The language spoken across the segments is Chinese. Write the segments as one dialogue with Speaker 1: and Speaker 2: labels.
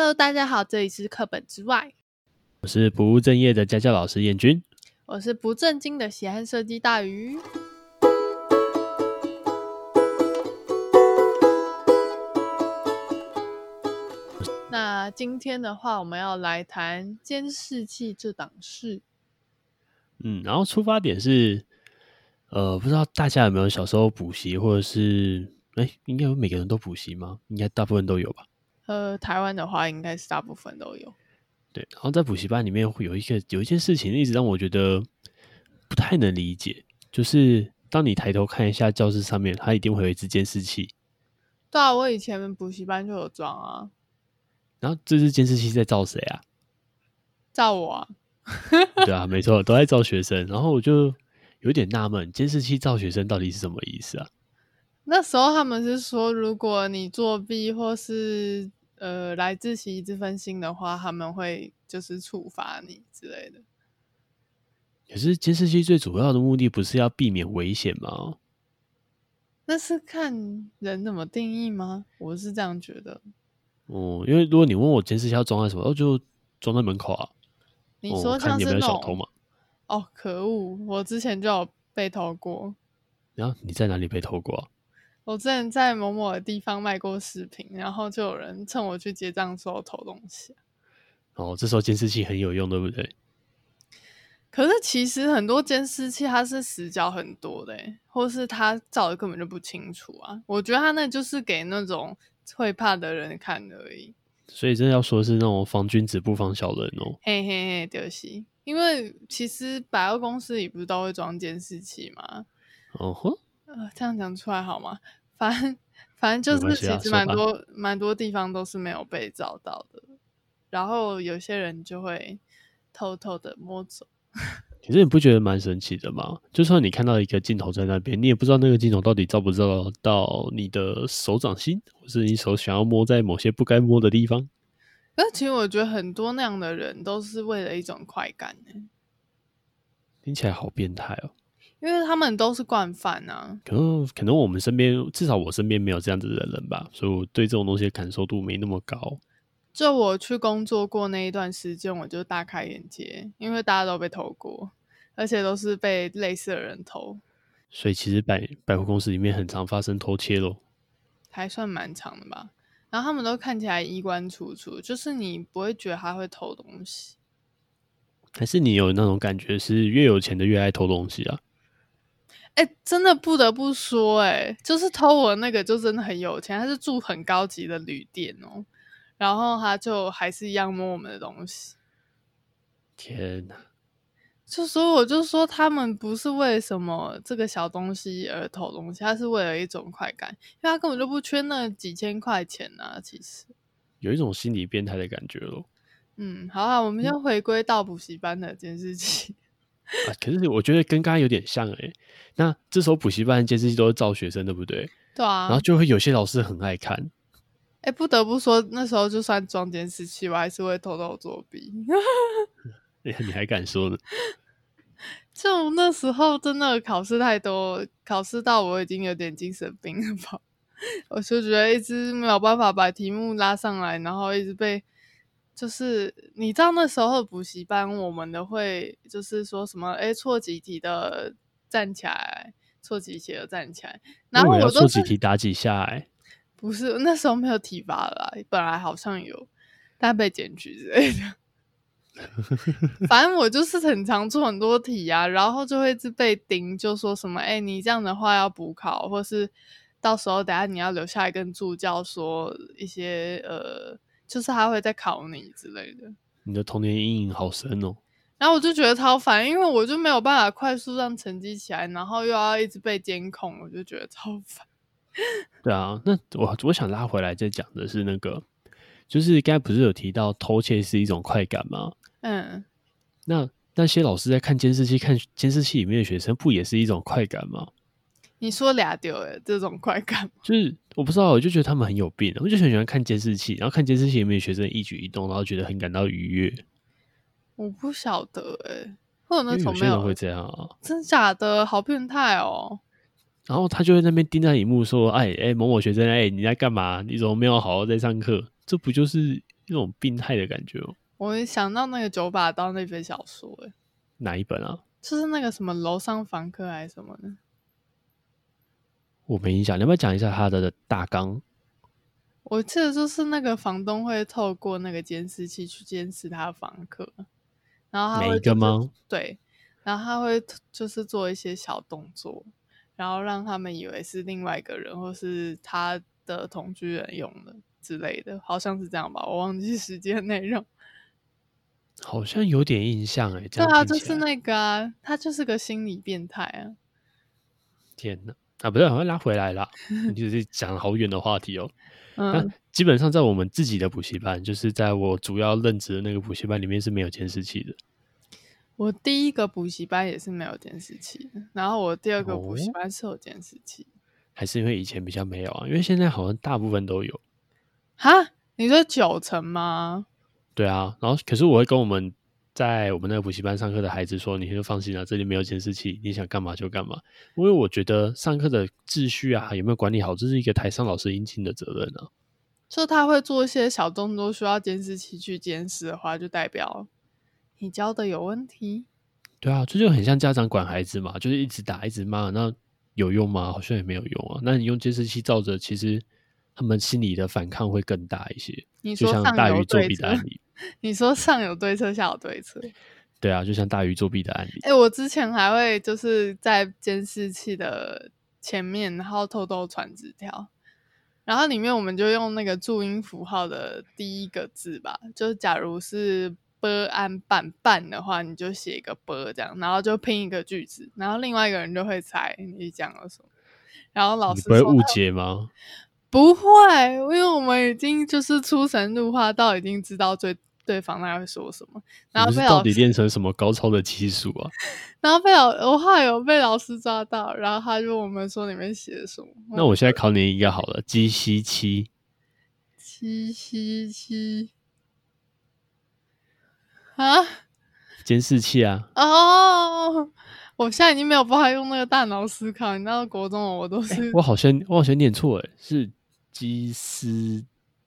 Speaker 1: Hello，大家好，这里是课本之外，
Speaker 2: 我是不务正业的家教老师燕君。
Speaker 1: 我是不正经的喜爱设计大鱼。那今天的话，我们要来谈监视器这档事。
Speaker 2: 嗯，然后出发点是，呃，不知道大家有没有小时候补习，或者是哎，应该有每个人都补习吗？应该大部分都有吧。
Speaker 1: 呃，台湾的话，应该是大部分都有。
Speaker 2: 对，然后在补习班里面会有一个有一件事情一直让我觉得不太能理解，就是当你抬头看一下教室上面，它一定会有一只监视器，
Speaker 1: 对啊，我以前补习班就有装啊，
Speaker 2: 然后这只监视器在照谁啊？
Speaker 1: 照我啊，
Speaker 2: 对啊，没错，都在照学生。然后我就有点纳闷，监视器照学生到底是什么意思啊？
Speaker 1: 那时候他们是说，如果你作弊或是呃来自习一之分心的话，他们会就是处罚你之类的。
Speaker 2: 可是监视器最主要的目的不是要避免危险吗？
Speaker 1: 那是看人怎么定义吗？我是这样觉得。
Speaker 2: 哦、因为如果你问我监视器要装在什么，哦，就装在门口啊。
Speaker 1: 你
Speaker 2: 哦
Speaker 1: 说
Speaker 2: 我看
Speaker 1: 像
Speaker 2: 你有
Speaker 1: 是
Speaker 2: 没
Speaker 1: 那
Speaker 2: 有小偷
Speaker 1: 种
Speaker 2: 嘛？
Speaker 1: 哦，可恶！我之前就有被偷过。
Speaker 2: 然后你在哪里被偷过啊、
Speaker 1: 我之前在某某的地方卖过饰品，然后就有人趁我去结账的时候偷东西。
Speaker 2: 哦，这时候监视器很有用，对不对？
Speaker 1: 可是其实很多监视器它是死角很多的欸、或是它照的根本就不清楚啊。我觉得它那就是给那种会怕的人看的而已。
Speaker 2: 所以真的要说是那种防君子不防小人哦。
Speaker 1: 嘿嘿嘿，就是因为其实百货公司里不是都会装监视器吗？
Speaker 2: 哦吼，
Speaker 1: 呃，这样讲出来好吗？反正反正
Speaker 2: 没
Speaker 1: 就
Speaker 2: 关
Speaker 1: 是
Speaker 2: 系
Speaker 1: 其
Speaker 2: 啊
Speaker 1: 实
Speaker 2: 说
Speaker 1: 蛮
Speaker 2: 吧
Speaker 1: 多蛮多地方都是没有被找到的，然后有些人就会偷偷的摸走。
Speaker 2: 可是你不觉得蛮神奇的吗？就算你看到一个镜头在那边，你也不知道那个镜头到底照不照到你的手掌心，或是你手想要摸在某些不该摸的地方。
Speaker 1: 但其实我觉得很多那样的人都是为了一种快感欸
Speaker 2: 听起来好变态哦。
Speaker 1: 因为他们都是惯犯啊。
Speaker 2: 可能可能我们身边，至少我身边没有这样子的人吧，所以我对这种东西的感受度没那么高。
Speaker 1: 就我去工作过那一段时间，我就大开眼界，因为大家都被偷过，而且都是被类似的人偷，
Speaker 2: 所以其实百百货公司里面很常发生偷窃咯。
Speaker 1: 还算蛮长的吧。然后他们都看起来衣冠楚楚，就是你不会觉得他会偷东西。
Speaker 2: 还是你有那种感觉，是越有钱的越爱偷东西啊？
Speaker 1: 哎、真的不得不说、哎，就是偷我那个就真的很有钱，他是住很高级的旅店哦，然后他就还是一样摸我们的东西。
Speaker 2: 天哪！
Speaker 1: 就说我就说他们不是为什么这个小东西而偷东西，他是为了一种快感，因为他根本就不缺那几千块钱啊。其实，
Speaker 2: 有一种心理变态的感觉咯。
Speaker 1: 嗯，好啊，我们先回归到补习班的监视器。
Speaker 2: 啊，可是我觉得跟刚刚有点像诶、那这时候补习班的监视器都是照学生，对不对？
Speaker 1: 对啊，
Speaker 2: 然后就会有些老师很爱看，
Speaker 1: 哎、不得不说，那时候就算装监视器，我还是会偷偷作弊。
Speaker 2: 你还敢说呢？
Speaker 1: 就那时候真的考试太多，考试到我已经有点精神病了吧？ 我就觉得一直没有办法把题目拉上来，然后一直被，就是你知道那时候的补习班，我们的会就是说什么，哎，错几题的站起来，错几题的站起来，然后
Speaker 2: 我要
Speaker 1: 我都
Speaker 2: 做
Speaker 1: 是
Speaker 2: 几题打几下诶、
Speaker 1: 不是那时候没有体罚了啦，本来好像有，但被检举之类的。反正我就是很常做很多题啊，然后就会一直被盯，就说什么“哎、你这样的话要补考”，或是到时候等下你要留下来跟助教说一些呃，就是他会在考你之类的。
Speaker 2: 你的童年阴影好深哦。
Speaker 1: 然后我就觉得超烦，因为我就没有办法快速让成绩起来，然后又要一直被监控，我就觉得超烦。
Speaker 2: 对啊，那我我想拉回来再讲的是那个，就是刚才不是有提到偷窃是一种快感吗？
Speaker 1: 嗯，
Speaker 2: 那那些老师在看监视器，看监视器里面的学生，不也是一种快感吗？
Speaker 1: 你说俩丢诶，这种快感
Speaker 2: 就是我不知道，我就觉得他们很有病，啊我就很喜欢看监视器，然后看监视器里面的学生一举一动，然后觉得很感到愉悦，
Speaker 1: 我不晓得哎、欸，会有
Speaker 2: 因
Speaker 1: 那
Speaker 2: 为
Speaker 1: 种
Speaker 2: 有
Speaker 1: 没
Speaker 2: 些人
Speaker 1: 有
Speaker 2: 会这样啊。
Speaker 1: 真假的，好变态哦！
Speaker 2: 然后他就会在那边盯在荧幕说：“哎哎，某某学生，哎，你在干嘛？你怎么没有好好在上课？这不就是一种病态的感觉哦。
Speaker 1: 我想到那个九把刀那本小说、欸，
Speaker 2: 哪一本啊？
Speaker 1: 就是那个什么楼上房客还是什么的，
Speaker 2: 我没印象，你要不要讲一下它的大纲？
Speaker 1: 我记得就是那个房东会透过那个监视器去监视他的房客，然后他会、
Speaker 2: 每一个吗？
Speaker 1: 对，然后他会 t- 就是做一些小动作，然后让他们以为是另外一个人或是他的同居人用的之类的，好像是这样吧，我忘记 时间内容。
Speaker 2: 好像有点印象哎、这
Speaker 1: 对
Speaker 2: 样
Speaker 1: 啊，
Speaker 2: 听
Speaker 1: 就
Speaker 2: 起
Speaker 1: 是
Speaker 2: 来
Speaker 1: 那个啊，他就是个心理变态啊。
Speaker 2: 天哪啊，不对，好像拉回来了，你只是讲好远的话题哦。那
Speaker 1: 嗯，
Speaker 2: 基本上在我们自己的补习班，就是在我主要任职的那个补习班里面是没有监视器的。
Speaker 1: 我第一个补习班也是没有监视器的，然后我第二个补习
Speaker 2: 哦
Speaker 1: 班是有监视器。
Speaker 2: 还是因为以前比较没有啊，因为现在好像大部分都有。
Speaker 1: 哈，你说九成吗？
Speaker 2: 对啊，然后可是我会跟我们在我们那个补习班上课的孩子说，你就放心了、这里没有监视器，你想干嘛就干嘛。因为我觉得上课的秩序啊，有没有管理好，这是一个台上老师应尽的责任啊。
Speaker 1: 就他会做一些小动作，需要监视器去监视的话，就代表你教的有问题。
Speaker 2: 对啊，这就很像家长管孩子嘛，就是一直打一直骂，那有用吗？好像也没有用啊。那你用监视器照着，其实他们心里的反抗会更大一些，
Speaker 1: 你
Speaker 2: 就
Speaker 1: 说
Speaker 2: 像
Speaker 1: 上
Speaker 2: 大
Speaker 1: 有
Speaker 2: 鱼作
Speaker 1: 对
Speaker 2: 弊的
Speaker 1: 策，
Speaker 2: 案例。
Speaker 1: 你说上有对策，下有对策。
Speaker 2: 对啊，就像大鱼作弊的案例。
Speaker 1: 哎、我之前还会就是在监视器的前面，然后偷偷传纸条，然后里面我们就用那个注音符号的第一个字吧，就假如是 b an 半半的话，你就写一个 b 这样，然后就拼一个句子，然后另外一个人就会猜你讲了什么，然后老
Speaker 2: 你
Speaker 1: 师
Speaker 2: 不会
Speaker 1: 说
Speaker 2: 误解吗？
Speaker 1: 不会，因为我们已经就是出神入化到已经知道对对方大概会说什么， 然后
Speaker 2: 你
Speaker 1: 被
Speaker 2: 们是
Speaker 1: 老
Speaker 2: 到
Speaker 1: 师
Speaker 2: 底练成什么高超的技术啊？
Speaker 1: 然后被老我后来有被老师抓到，然后他就问我们说里面写的什么。
Speaker 2: 那我现在考你一个好了，鸡西七，
Speaker 1: 七七七啊
Speaker 2: 监视器啊，
Speaker 1: 哦！我现在已经没有办法用那个大脑思考，你知道国中我都 是、
Speaker 2: 我好像我好像念错诶，是鸡丝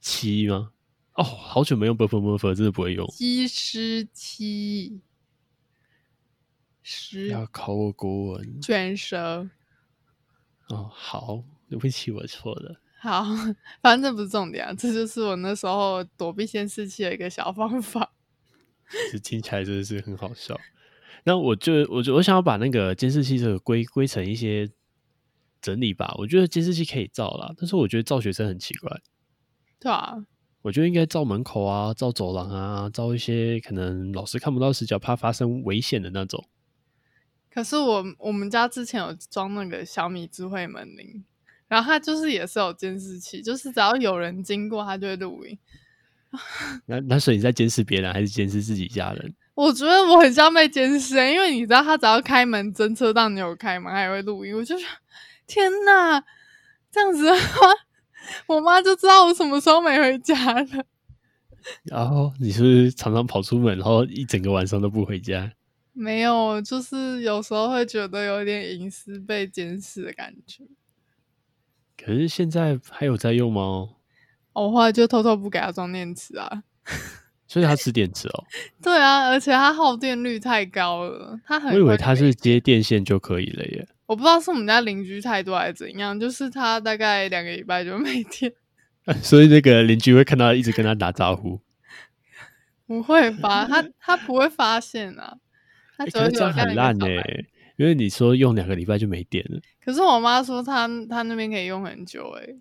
Speaker 2: 七吗？哦，好久没用 buffer buffer，真的不会用。
Speaker 1: 七十七十
Speaker 2: 要考我国文
Speaker 1: 卷舌。
Speaker 2: 哦，好，对不起，我错了。
Speaker 1: 好，反正这不是重点啊，这就是我那时候躲避监视器的一个小方法。
Speaker 2: 这听起来真的是很好笑。那我就我就我想要把那个监视器这个归归成一些整理吧。我觉得监视器可以照啦，但是我觉得照学生很奇怪。
Speaker 1: 对啊，
Speaker 2: 我觉得应该照门口啊，照走廊啊，照一些可能老师看不到死角，怕发生危险的那种。
Speaker 1: 可是我我们家之前有装那个小米智慧门铃，然后它就是也是有监视器，就是只要有人经过，它就会录影。
Speaker 2: 那那所以你在监视别人还是监视自己家人？
Speaker 1: 我觉得我很像被监视、欸，因为你知道，它只要开门侦测到你有开门，它也会录音。我就想，天哪，这样子的话，我妈就知道我什么时候没回家了。
Speaker 2: 然后你是不是常常跑出门，然后一整个晚上都不回家？
Speaker 1: 没有，就是有时候会觉得有点隐私被监视的感觉。
Speaker 2: 可是现在还有在用吗？
Speaker 1: 哦我后来就偷偷不给它装电池啊。
Speaker 2: 所以它吃电池哦，
Speaker 1: 对啊，而且它耗电率太高了，它很
Speaker 2: 我以
Speaker 1: 快
Speaker 2: 为
Speaker 1: 就
Speaker 2: 它
Speaker 1: 没
Speaker 2: 是接电线就可以了耶。
Speaker 1: 我不知道是我们家邻居太多还是怎样，就是它大概两个礼拜就没电，
Speaker 2: 所以那个邻居会看到一直跟他打 招呼。
Speaker 1: 不会吧？ 它它不会发现啊，它
Speaker 2: 欸
Speaker 1: 只
Speaker 2: 可
Speaker 1: 会
Speaker 2: 是这
Speaker 1: 有
Speaker 2: 样很烂呢、
Speaker 1: 呢、
Speaker 2: 因为你说用两个礼拜就没电了。
Speaker 1: 可是我妈说她她那边可以用很久诶、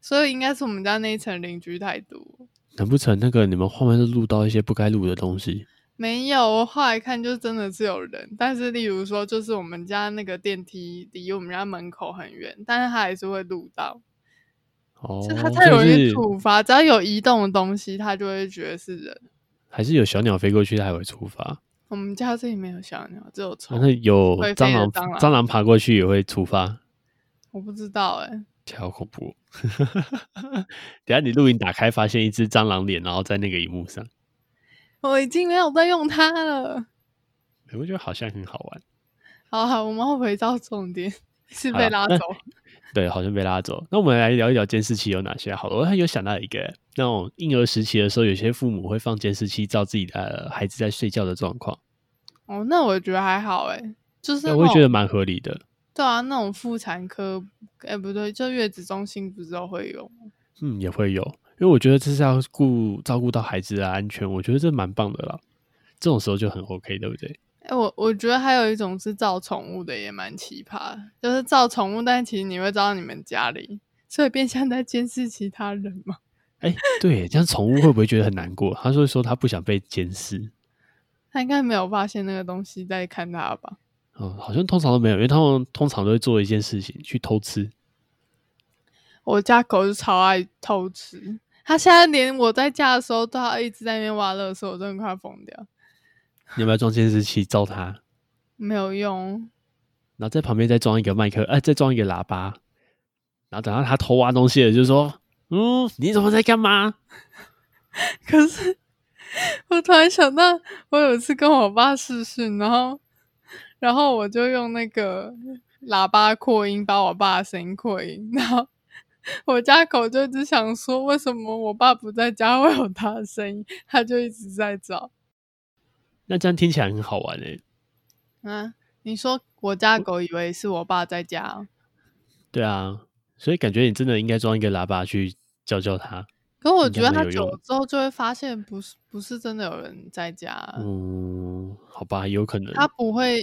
Speaker 1: 所以应该是我们家那一层邻居太多。
Speaker 2: 难不成那个你们后面是录到一些不该录的东西？
Speaker 1: 没有，我后来看就真的是有人，但是例如说，就是我们家那个电梯离我们家门口很远，但是它还是会录到。
Speaker 2: 哦，
Speaker 1: 就它太容
Speaker 2: 所
Speaker 1: 易
Speaker 2: 以是
Speaker 1: 触发，只要有移动的东西，它就会觉得是人。
Speaker 2: 还是有小鸟飞过去，它还会触发。
Speaker 1: 我们家这里没有小鸟，只有虫
Speaker 2: 反。正有
Speaker 1: 哦会飞的
Speaker 2: 蟑螂，
Speaker 1: 蟑螂
Speaker 2: 蟑螂爬过去也会触发，
Speaker 1: 我不知道哎、
Speaker 2: 好恐怖哦！ 等一下你录影打开，发现一只蟑螂脸，然后在那个荧幕上，
Speaker 1: 我已经没有在用它了。
Speaker 2: 我觉得好像很好玩。
Speaker 1: 好好，我们会回到重点，是
Speaker 2: 好
Speaker 1: 被
Speaker 2: 啦
Speaker 1: 拉
Speaker 2: 那
Speaker 1: 走。
Speaker 2: 对，好像被拉走。那我们来聊一聊监视器有哪些好了。我还有想到一个，欸那种婴儿时期的时候，有些父母会放监视器照自己的呃孩子在睡觉的状况，
Speaker 1: 哦，那我觉得还好哎、就是
Speaker 2: 那
Speaker 1: 那
Speaker 2: 我会觉
Speaker 1: 种
Speaker 2: 得蛮合理的。
Speaker 1: 对啊，那种妇产科，哎、不对，就月子中心不是都会有吗？
Speaker 2: 嗯，也会有，因为我觉得这是要顾照顾到孩子的安全，我觉得这蛮棒的啦。这种时候就很 OK，对不对？
Speaker 1: 哎、我我觉得还有一种是造宠物的，也蛮奇葩的，就是造宠物，但其实你会照到你们家里，所以变相在监视其他人嘛。
Speaker 2: 哎、对，这样宠物会不会觉得很难过？他说说他不想被监视，
Speaker 1: 他应该没有发现那个东西在看他吧？
Speaker 2: 哦，好像通常都没有，因为他们通常都会做一件事情去偷吃。
Speaker 1: 我家狗就超爱偷吃，它现在连我在家的时候都要一直在那边挖垃圾，我真的快要疯掉。
Speaker 2: 你要不要装监视器照他？
Speaker 1: 没有用，
Speaker 2: 然后在旁边再装一个麦克，哎、再装一个喇叭，然后等到他偷挖东西了，就说：“嗯，你怎么在干嘛
Speaker 1: 可是我突然想到，我有一次跟我爸试训，然后然后我就用那个喇叭扩音把我爸的声音扩音，然后我家狗就一直想说，为什么我爸不在家会有他的声音？它就一直在找。？”
Speaker 2: 那这样听起来很好玩欸诶、
Speaker 1: 嗯，你说我家狗以为是我爸在家哦，
Speaker 2: 对啊，所以感觉你真的应该装一个喇叭去叫叫他。
Speaker 1: 可我
Speaker 2: 应该
Speaker 1: 觉得
Speaker 2: 没
Speaker 1: 它
Speaker 2: 有
Speaker 1: 久
Speaker 2: 用
Speaker 1: 了之后就会发现，不是不是真的有人在家啊，
Speaker 2: 嗯，好吧，有可能。
Speaker 1: 它不会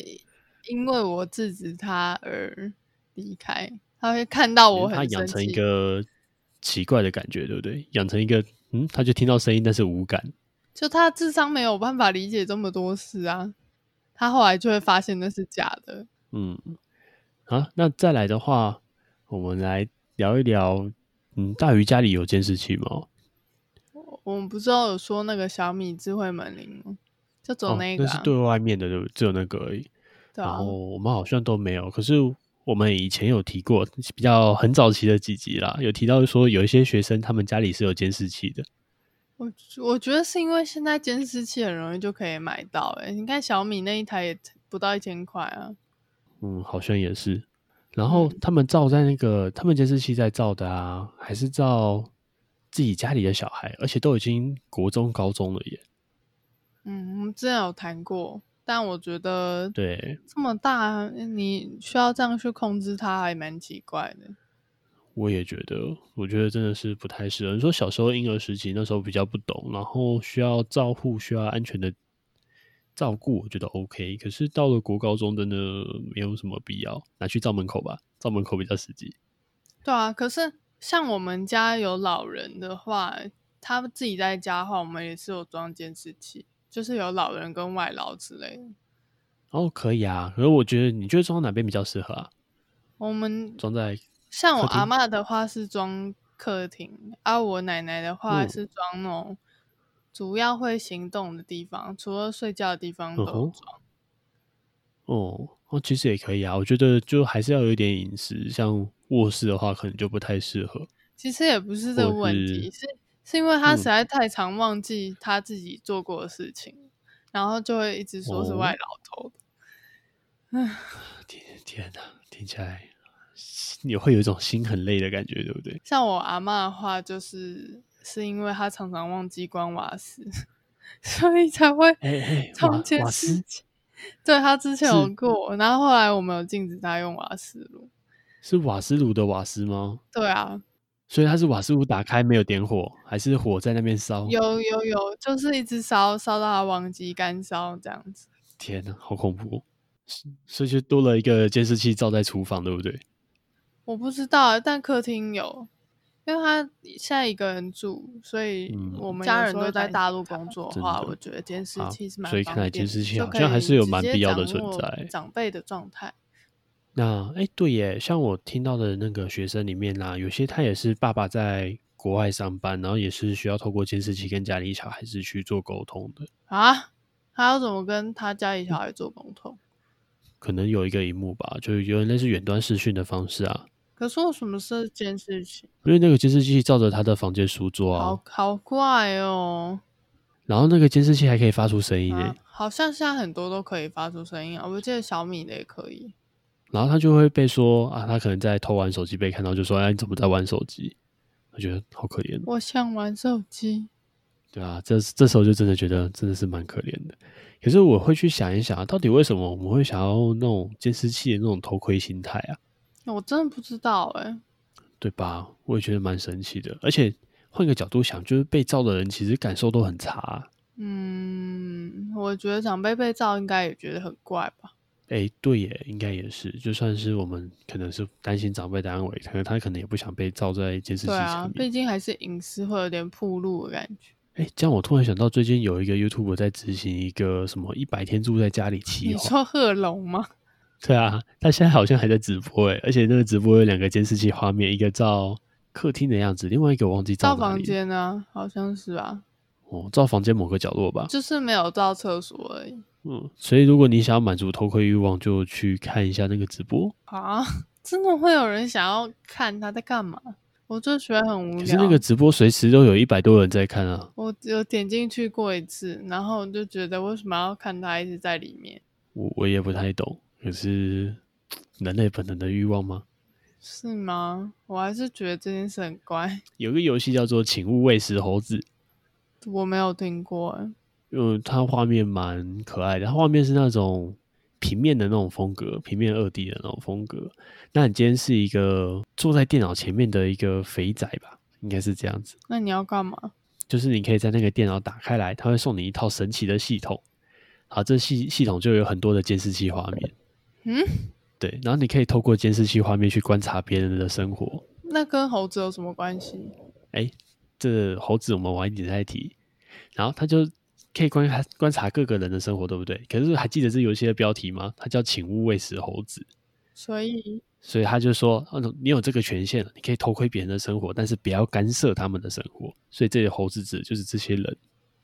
Speaker 1: 因为我制止它而离开，它会看到我
Speaker 2: 他
Speaker 1: 很
Speaker 2: 养
Speaker 1: 生
Speaker 2: 成一
Speaker 1: 气。
Speaker 2: 个奇怪的感觉，对不对？养成一个嗯，他就听到声音，但是无感。
Speaker 1: 就他智商没有办法理解这么多事啊，他后来就会发现那是假的。
Speaker 2: 嗯，啊，那再来的话，我们来聊一聊，嗯，大鱼家里有监视器吗？
Speaker 1: 我我们不是都有说那个小米智慧门铃吗？就走
Speaker 2: 哦
Speaker 1: 那个、
Speaker 2: 那
Speaker 1: 啊
Speaker 2: 是对外面的，对不对？只有那个而已。
Speaker 1: 对
Speaker 2: 然
Speaker 1: 啊
Speaker 2: 后，我们好像都没有，可是我们以前有提过，比较很早期的几集啦，有提到说有一些学生他们家里是有监视器的。
Speaker 1: 我我觉得是因为现在监视器很容易就可以买到、欸，你看小米那一台也不到一千块啊，
Speaker 2: 嗯，好像也是。然后
Speaker 1: 嗯
Speaker 2: 他们照在那个他们监视器在照的啊，还是照自己家里的小孩，而且都已经国中、高中了耶。
Speaker 1: 嗯，我们之前有谈过，但我觉得
Speaker 2: 对，
Speaker 1: 这么大，你需要这样去控制它，还蛮奇怪的。
Speaker 2: 我也觉得，我觉得真的是不太适合。你说小时候婴儿时期那时候比较不懂，然后需要照护，需要安全的照顾，我觉得 OK。可是到了国高中，真的没有什么必要拿去照门口吧，照门口比较实际。
Speaker 1: 对啊，可是像我们家有老人的话，他们自己在家的话，我们也是有装监视器，就是有老人跟外劳之类的。
Speaker 2: 哦，可以啊，可是我觉得你觉得装哪边比较适合啊？
Speaker 1: 我们
Speaker 2: 装在
Speaker 1: 像我
Speaker 2: 客厅
Speaker 1: 阿嬷的话是装客厅，啊，我奶奶的话
Speaker 2: 嗯
Speaker 1: 是装那种主要会行动的地方，除了睡觉的地方都
Speaker 2: 嗯
Speaker 1: 有
Speaker 2: 哼
Speaker 1: 装。
Speaker 2: 哦，哦，其实也可以啊。我觉得就还是要有一点隐私，像卧室的话，可能就不太适合。
Speaker 1: 其实也不是这个
Speaker 2: 或
Speaker 1: 问
Speaker 2: 哦是
Speaker 1: 题，是是因为他
Speaker 2: 嗯
Speaker 1: 实在太常忘记他自己做过的事情，然后就会一直说是
Speaker 2: 哦
Speaker 1: 外劳偷的。
Speaker 2: 天天哪，听起来 也会有一种心很累的感觉，对不对？
Speaker 1: 像我阿嬷的话，就是是因为她常常忘记关瓦斯， 所以才会
Speaker 2: 哎哎
Speaker 1: 从
Speaker 2: 瓦
Speaker 1: 监
Speaker 2: 瓦
Speaker 1: 视
Speaker 2: 斯
Speaker 1: 器。对她之前有
Speaker 2: 是
Speaker 1: 过，然后后来我们有禁止她用瓦斯炉。
Speaker 2: 是瓦斯炉的瓦斯吗？
Speaker 1: 对啊，
Speaker 2: 所以它是瓦斯炉打开没有点火，还是火在那边烧？
Speaker 1: 有有有，就是一直烧烧到她忘记干烧这样子。
Speaker 2: 天哪，好恐怖哦！是所以就多了一个监视器照在厨房，对不对？
Speaker 1: 我不知道，但客厅有，因为她现在一个人住，所以
Speaker 2: 嗯
Speaker 1: 我们
Speaker 3: 家
Speaker 1: 有
Speaker 3: 人
Speaker 1: 时候
Speaker 3: 都
Speaker 1: 在
Speaker 3: 在
Speaker 1: 大陆工作的
Speaker 2: 真
Speaker 1: 话，
Speaker 2: 的
Speaker 1: 我觉得监视
Speaker 2: 好
Speaker 1: 器是蛮
Speaker 2: 所以
Speaker 1: 方
Speaker 2: 看来
Speaker 1: 便
Speaker 2: 监
Speaker 1: 的
Speaker 2: 视器
Speaker 1: 就
Speaker 2: 好
Speaker 1: 可
Speaker 2: 像还
Speaker 1: 以
Speaker 2: 是有
Speaker 1: 直
Speaker 2: 蛮
Speaker 1: 接
Speaker 2: 必要
Speaker 1: 掌
Speaker 2: 的存
Speaker 1: 握
Speaker 2: 在
Speaker 1: 长辈的状态。
Speaker 2: 那哎，诶对耶，像我听到的那个学生里面啦、有些他也是爸爸在国外上班，然后也是需要透过监视器跟家里小孩子去做沟通的。
Speaker 1: 啊，他要怎么跟他家里小孩做沟通？
Speaker 2: 可能有一个荧幕吧，就是有点类似远端视讯的方式啊，
Speaker 1: 可是为什么是这件事情？
Speaker 2: 因为那个监视器照着他的房间书桌啊
Speaker 1: 好，好怪哦！
Speaker 2: 然后那个监视器还可以发出声音诶、
Speaker 1: 啊啊，好像现在很多都可以发出声音啊，我记得小米的也可以。
Speaker 2: 然后他就会被说啊，他可能在偷玩手机被看到，就说哎，你怎么在玩手机？我觉得好可怜哦，
Speaker 1: 我想玩手机。
Speaker 2: 对啊，这这时候就真的觉得真的是蛮可怜的。可是我会去想一想啊，到底为什么我们会想要那种监视器的那种偷窥心态啊？
Speaker 1: 我真的不知道哎、
Speaker 2: 对吧？我也觉得蛮神奇的。而且换个角度想，就是被照的人其实感受都很差啊、
Speaker 1: 嗯，我觉得长辈被照应该也觉得很怪吧。
Speaker 2: 哎，对耶，应该也是。就算是我们可能是担心长辈的安危，可能他可能也不想被照在监视器
Speaker 1: 对啊
Speaker 2: 上，面
Speaker 1: 毕。竟还是隐私会有点暴露的感觉。
Speaker 2: 哎、这样我突然想到，最近有一个 YouTube 在执行一个什么一百天住在家里计
Speaker 1: 你
Speaker 2: 划。
Speaker 1: 说贺龙吗？
Speaker 2: 对啊，他现在好像还在直播哎，而且那个直播有两个监视器画面，一个照客厅的样子，另外一个我忘记
Speaker 1: 照
Speaker 2: 哪里
Speaker 1: 房间啊，好像是吧，
Speaker 2: 哦，照房间某个角落吧。
Speaker 1: 就是没有照厕所而已
Speaker 2: 嗯，所以如果你想要满足偷窥欲望，就去看一下那个直播。
Speaker 1: 啊。 真的会有人想要看他在干嘛？我就觉得很无
Speaker 2: 可
Speaker 1: 聊。
Speaker 2: 是那个直播随时都有一百多人在看啊，
Speaker 1: 我有点进去过一次，然后我就觉得为什么要看他一直在里面？
Speaker 2: 我我也不太懂。可是人类本能的欲望吗？
Speaker 1: 是吗？我还是觉得这件事很怪，
Speaker 2: 有个游戏叫做《请勿喂食猴子》，
Speaker 1: 我没有听过欸。
Speaker 2: 嗯，它画面蛮可爱的，它画面是那种平面的那种风格，平面二 D 的那种风格。那你今天是一个坐在电脑前面的一个肥仔吧，应该是这样子，
Speaker 1: 那你要干嘛？
Speaker 2: 就是你可以在那个电脑打开来，它会送你一套神奇的系统。好，这系系统就有很多的监视器画面，
Speaker 1: 嗯，
Speaker 2: 对，然后你可以透过监视器画面去观察别人的生活。
Speaker 1: 那跟猴子有什么关系？
Speaker 2: 这猴子我们晚一点再提，然后他就可以观察观察各个人的生活，对不对？可是还记得这游戏的标题吗？它叫“请勿喂食猴子
Speaker 1: 所以”，
Speaker 2: 所以他就说，嗯、你有这个权限，你可以偷窥别人的生活，但是不要干涉他们的生活。所以这些猴子指的就是这些人。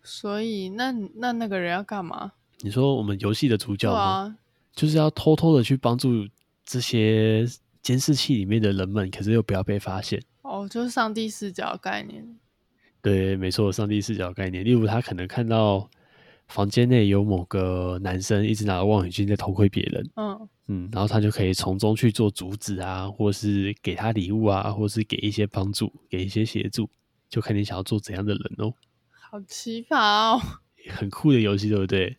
Speaker 1: 所以那那那个人要干嘛？
Speaker 2: 你说我们游戏的主角
Speaker 1: 对
Speaker 2: 吗？
Speaker 1: 啊，
Speaker 2: 就是要偷偷的去帮助这些监视器里面的人们，可是又不要被发现。
Speaker 1: 哦，就是上帝视角的概念。
Speaker 2: 对，没错，上帝视角概念。例如，他可能看到房间内有某个男生一直拿着望远镜在偷窥别人，
Speaker 1: 嗯，
Speaker 2: 嗯，然后他就可以从中去做阻止啊，或是给他礼物啊，或是给一些帮助，给一些协助，就看你想要做怎样的人哦。
Speaker 1: 好奇葩哦！
Speaker 2: 很酷的游戏，对不对？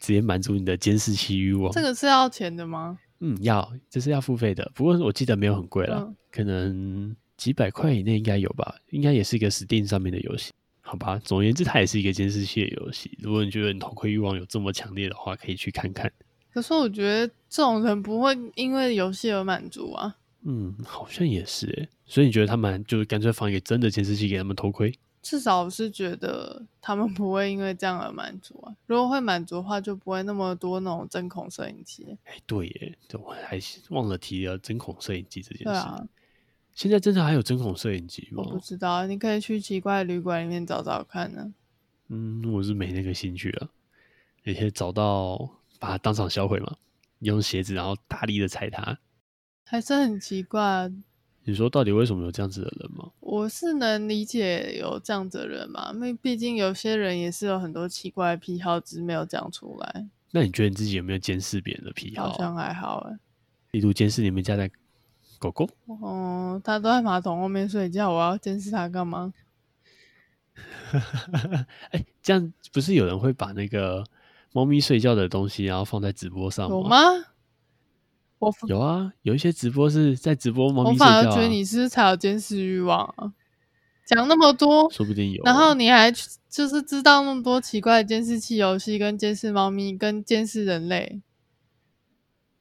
Speaker 2: 直接满足你的监视器欲望。
Speaker 1: 这个是要钱的吗？
Speaker 2: 嗯，要这是要付费的，不过我记得没有很贵啦，
Speaker 1: 嗯
Speaker 2: 可能几百块以内应该有吧，应该也是一个 Steam 上面的游戏，好吧。总而言之，它也是一个监视器的游戏。如果你觉得你偷窥欲望有这么强烈的话，可以去看看。
Speaker 1: 可是我觉得这种人不会因为游戏而满足啊。
Speaker 2: 嗯，好像也是诶。所以你觉得他们就是干脆放一个真的监视器给他们偷窥？
Speaker 1: 至少我是觉得他们不会因为这样而满足啊。如果会满足的话，就不会那么多那种针孔摄影机。
Speaker 2: 哎，对耶，这我还忘了提了针孔摄影机这件
Speaker 1: 对
Speaker 2: 事。
Speaker 1: 啊，
Speaker 2: 现在真的还有针孔摄影机吗
Speaker 1: 我？不知道，你可以去奇怪的旅馆里面找找看啊呢、
Speaker 2: 嗯，我是没那个兴趣了。也可以找到把它当场销毁嘛，用鞋子然后大力的踩它。
Speaker 1: 还是很奇怪啊、
Speaker 2: 你说到底为什么有这样子的人吗？
Speaker 1: 我是能理解有这样子的人嘛，因为毕竟有些人也是有很多奇怪的癖好，只是没有讲出来，
Speaker 2: 那你觉得你自己有没有监视别人的癖好
Speaker 1: 好像
Speaker 2: 啊？
Speaker 1: 还好哎、
Speaker 2: 例如监视你们家的狗狗，
Speaker 1: 哦、他都在马桶后面睡觉，我要监视他干嘛？
Speaker 2: 哎、这样不是有人会把那个猫咪睡觉的东西，然后放在直播上
Speaker 1: 有
Speaker 2: 吗？
Speaker 1: 吗？我反
Speaker 2: 有啊，有一些直播是在直播猫
Speaker 1: 我
Speaker 2: 咪睡觉、
Speaker 1: 反
Speaker 2: 啊，
Speaker 1: 而觉得你是不是才有监视欲望啊，讲那么多，
Speaker 2: 说不定有哦、
Speaker 1: 然后你还去就是知道那么多奇怪的监视器游戏、跟监视猫咪、跟监视人类，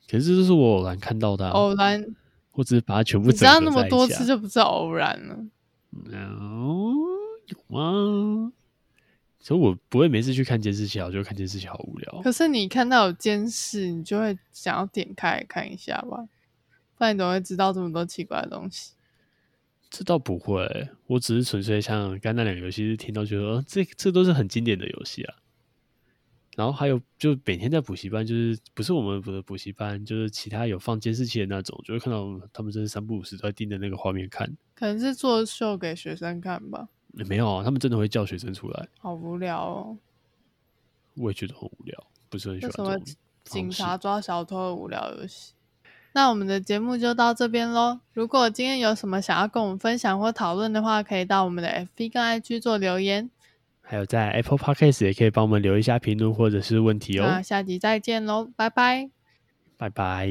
Speaker 2: 可是这就是我偶然看到的、啊，
Speaker 1: 偶然
Speaker 2: 我只是把它全部
Speaker 1: 哦你知
Speaker 2: 整合
Speaker 1: 道
Speaker 2: 在
Speaker 1: 那么多
Speaker 2: 一起啊
Speaker 1: 次就不是偶然了。
Speaker 2: 哦，有吗？所以我不会每次去看监视器啊，我就看监视器好无聊。
Speaker 1: 可是你看到有监视，你就会想要点开来看一下吧，不然你怎么会知道这么多奇怪的东西？
Speaker 2: 这倒不会、我只是纯粹像刚刚那两个游戏是听到觉得，呃这这都是很经典的游戏啊。然后还有就每天在补习班，就是不是我们的补习班，就是其他有放监视器的那种，就会看到他们真是三不五时都在盯着那个画面看。
Speaker 1: 可能是做秀给学生看吧，
Speaker 2: 也没有啊，他们真的会叫学生出来，
Speaker 1: 好无聊哦。
Speaker 2: 我也觉得很无聊，不是很喜
Speaker 1: 为
Speaker 2: 欢
Speaker 1: 什
Speaker 2: 这
Speaker 1: 么
Speaker 2: 种
Speaker 1: 警
Speaker 2: 方式
Speaker 1: 察抓小偷的无聊游戏？那我们的节目就到这边喽。如果今天有什么想要跟我们分享或讨论的话，可以到我们的 FB 跟 IG 做留言。
Speaker 2: 还有在 Apple Podcast 也可以帮我
Speaker 1: 啊
Speaker 2: 们留一下评论或者是问题哦
Speaker 1: 那。下集再见喽，拜拜。
Speaker 2: 拜拜。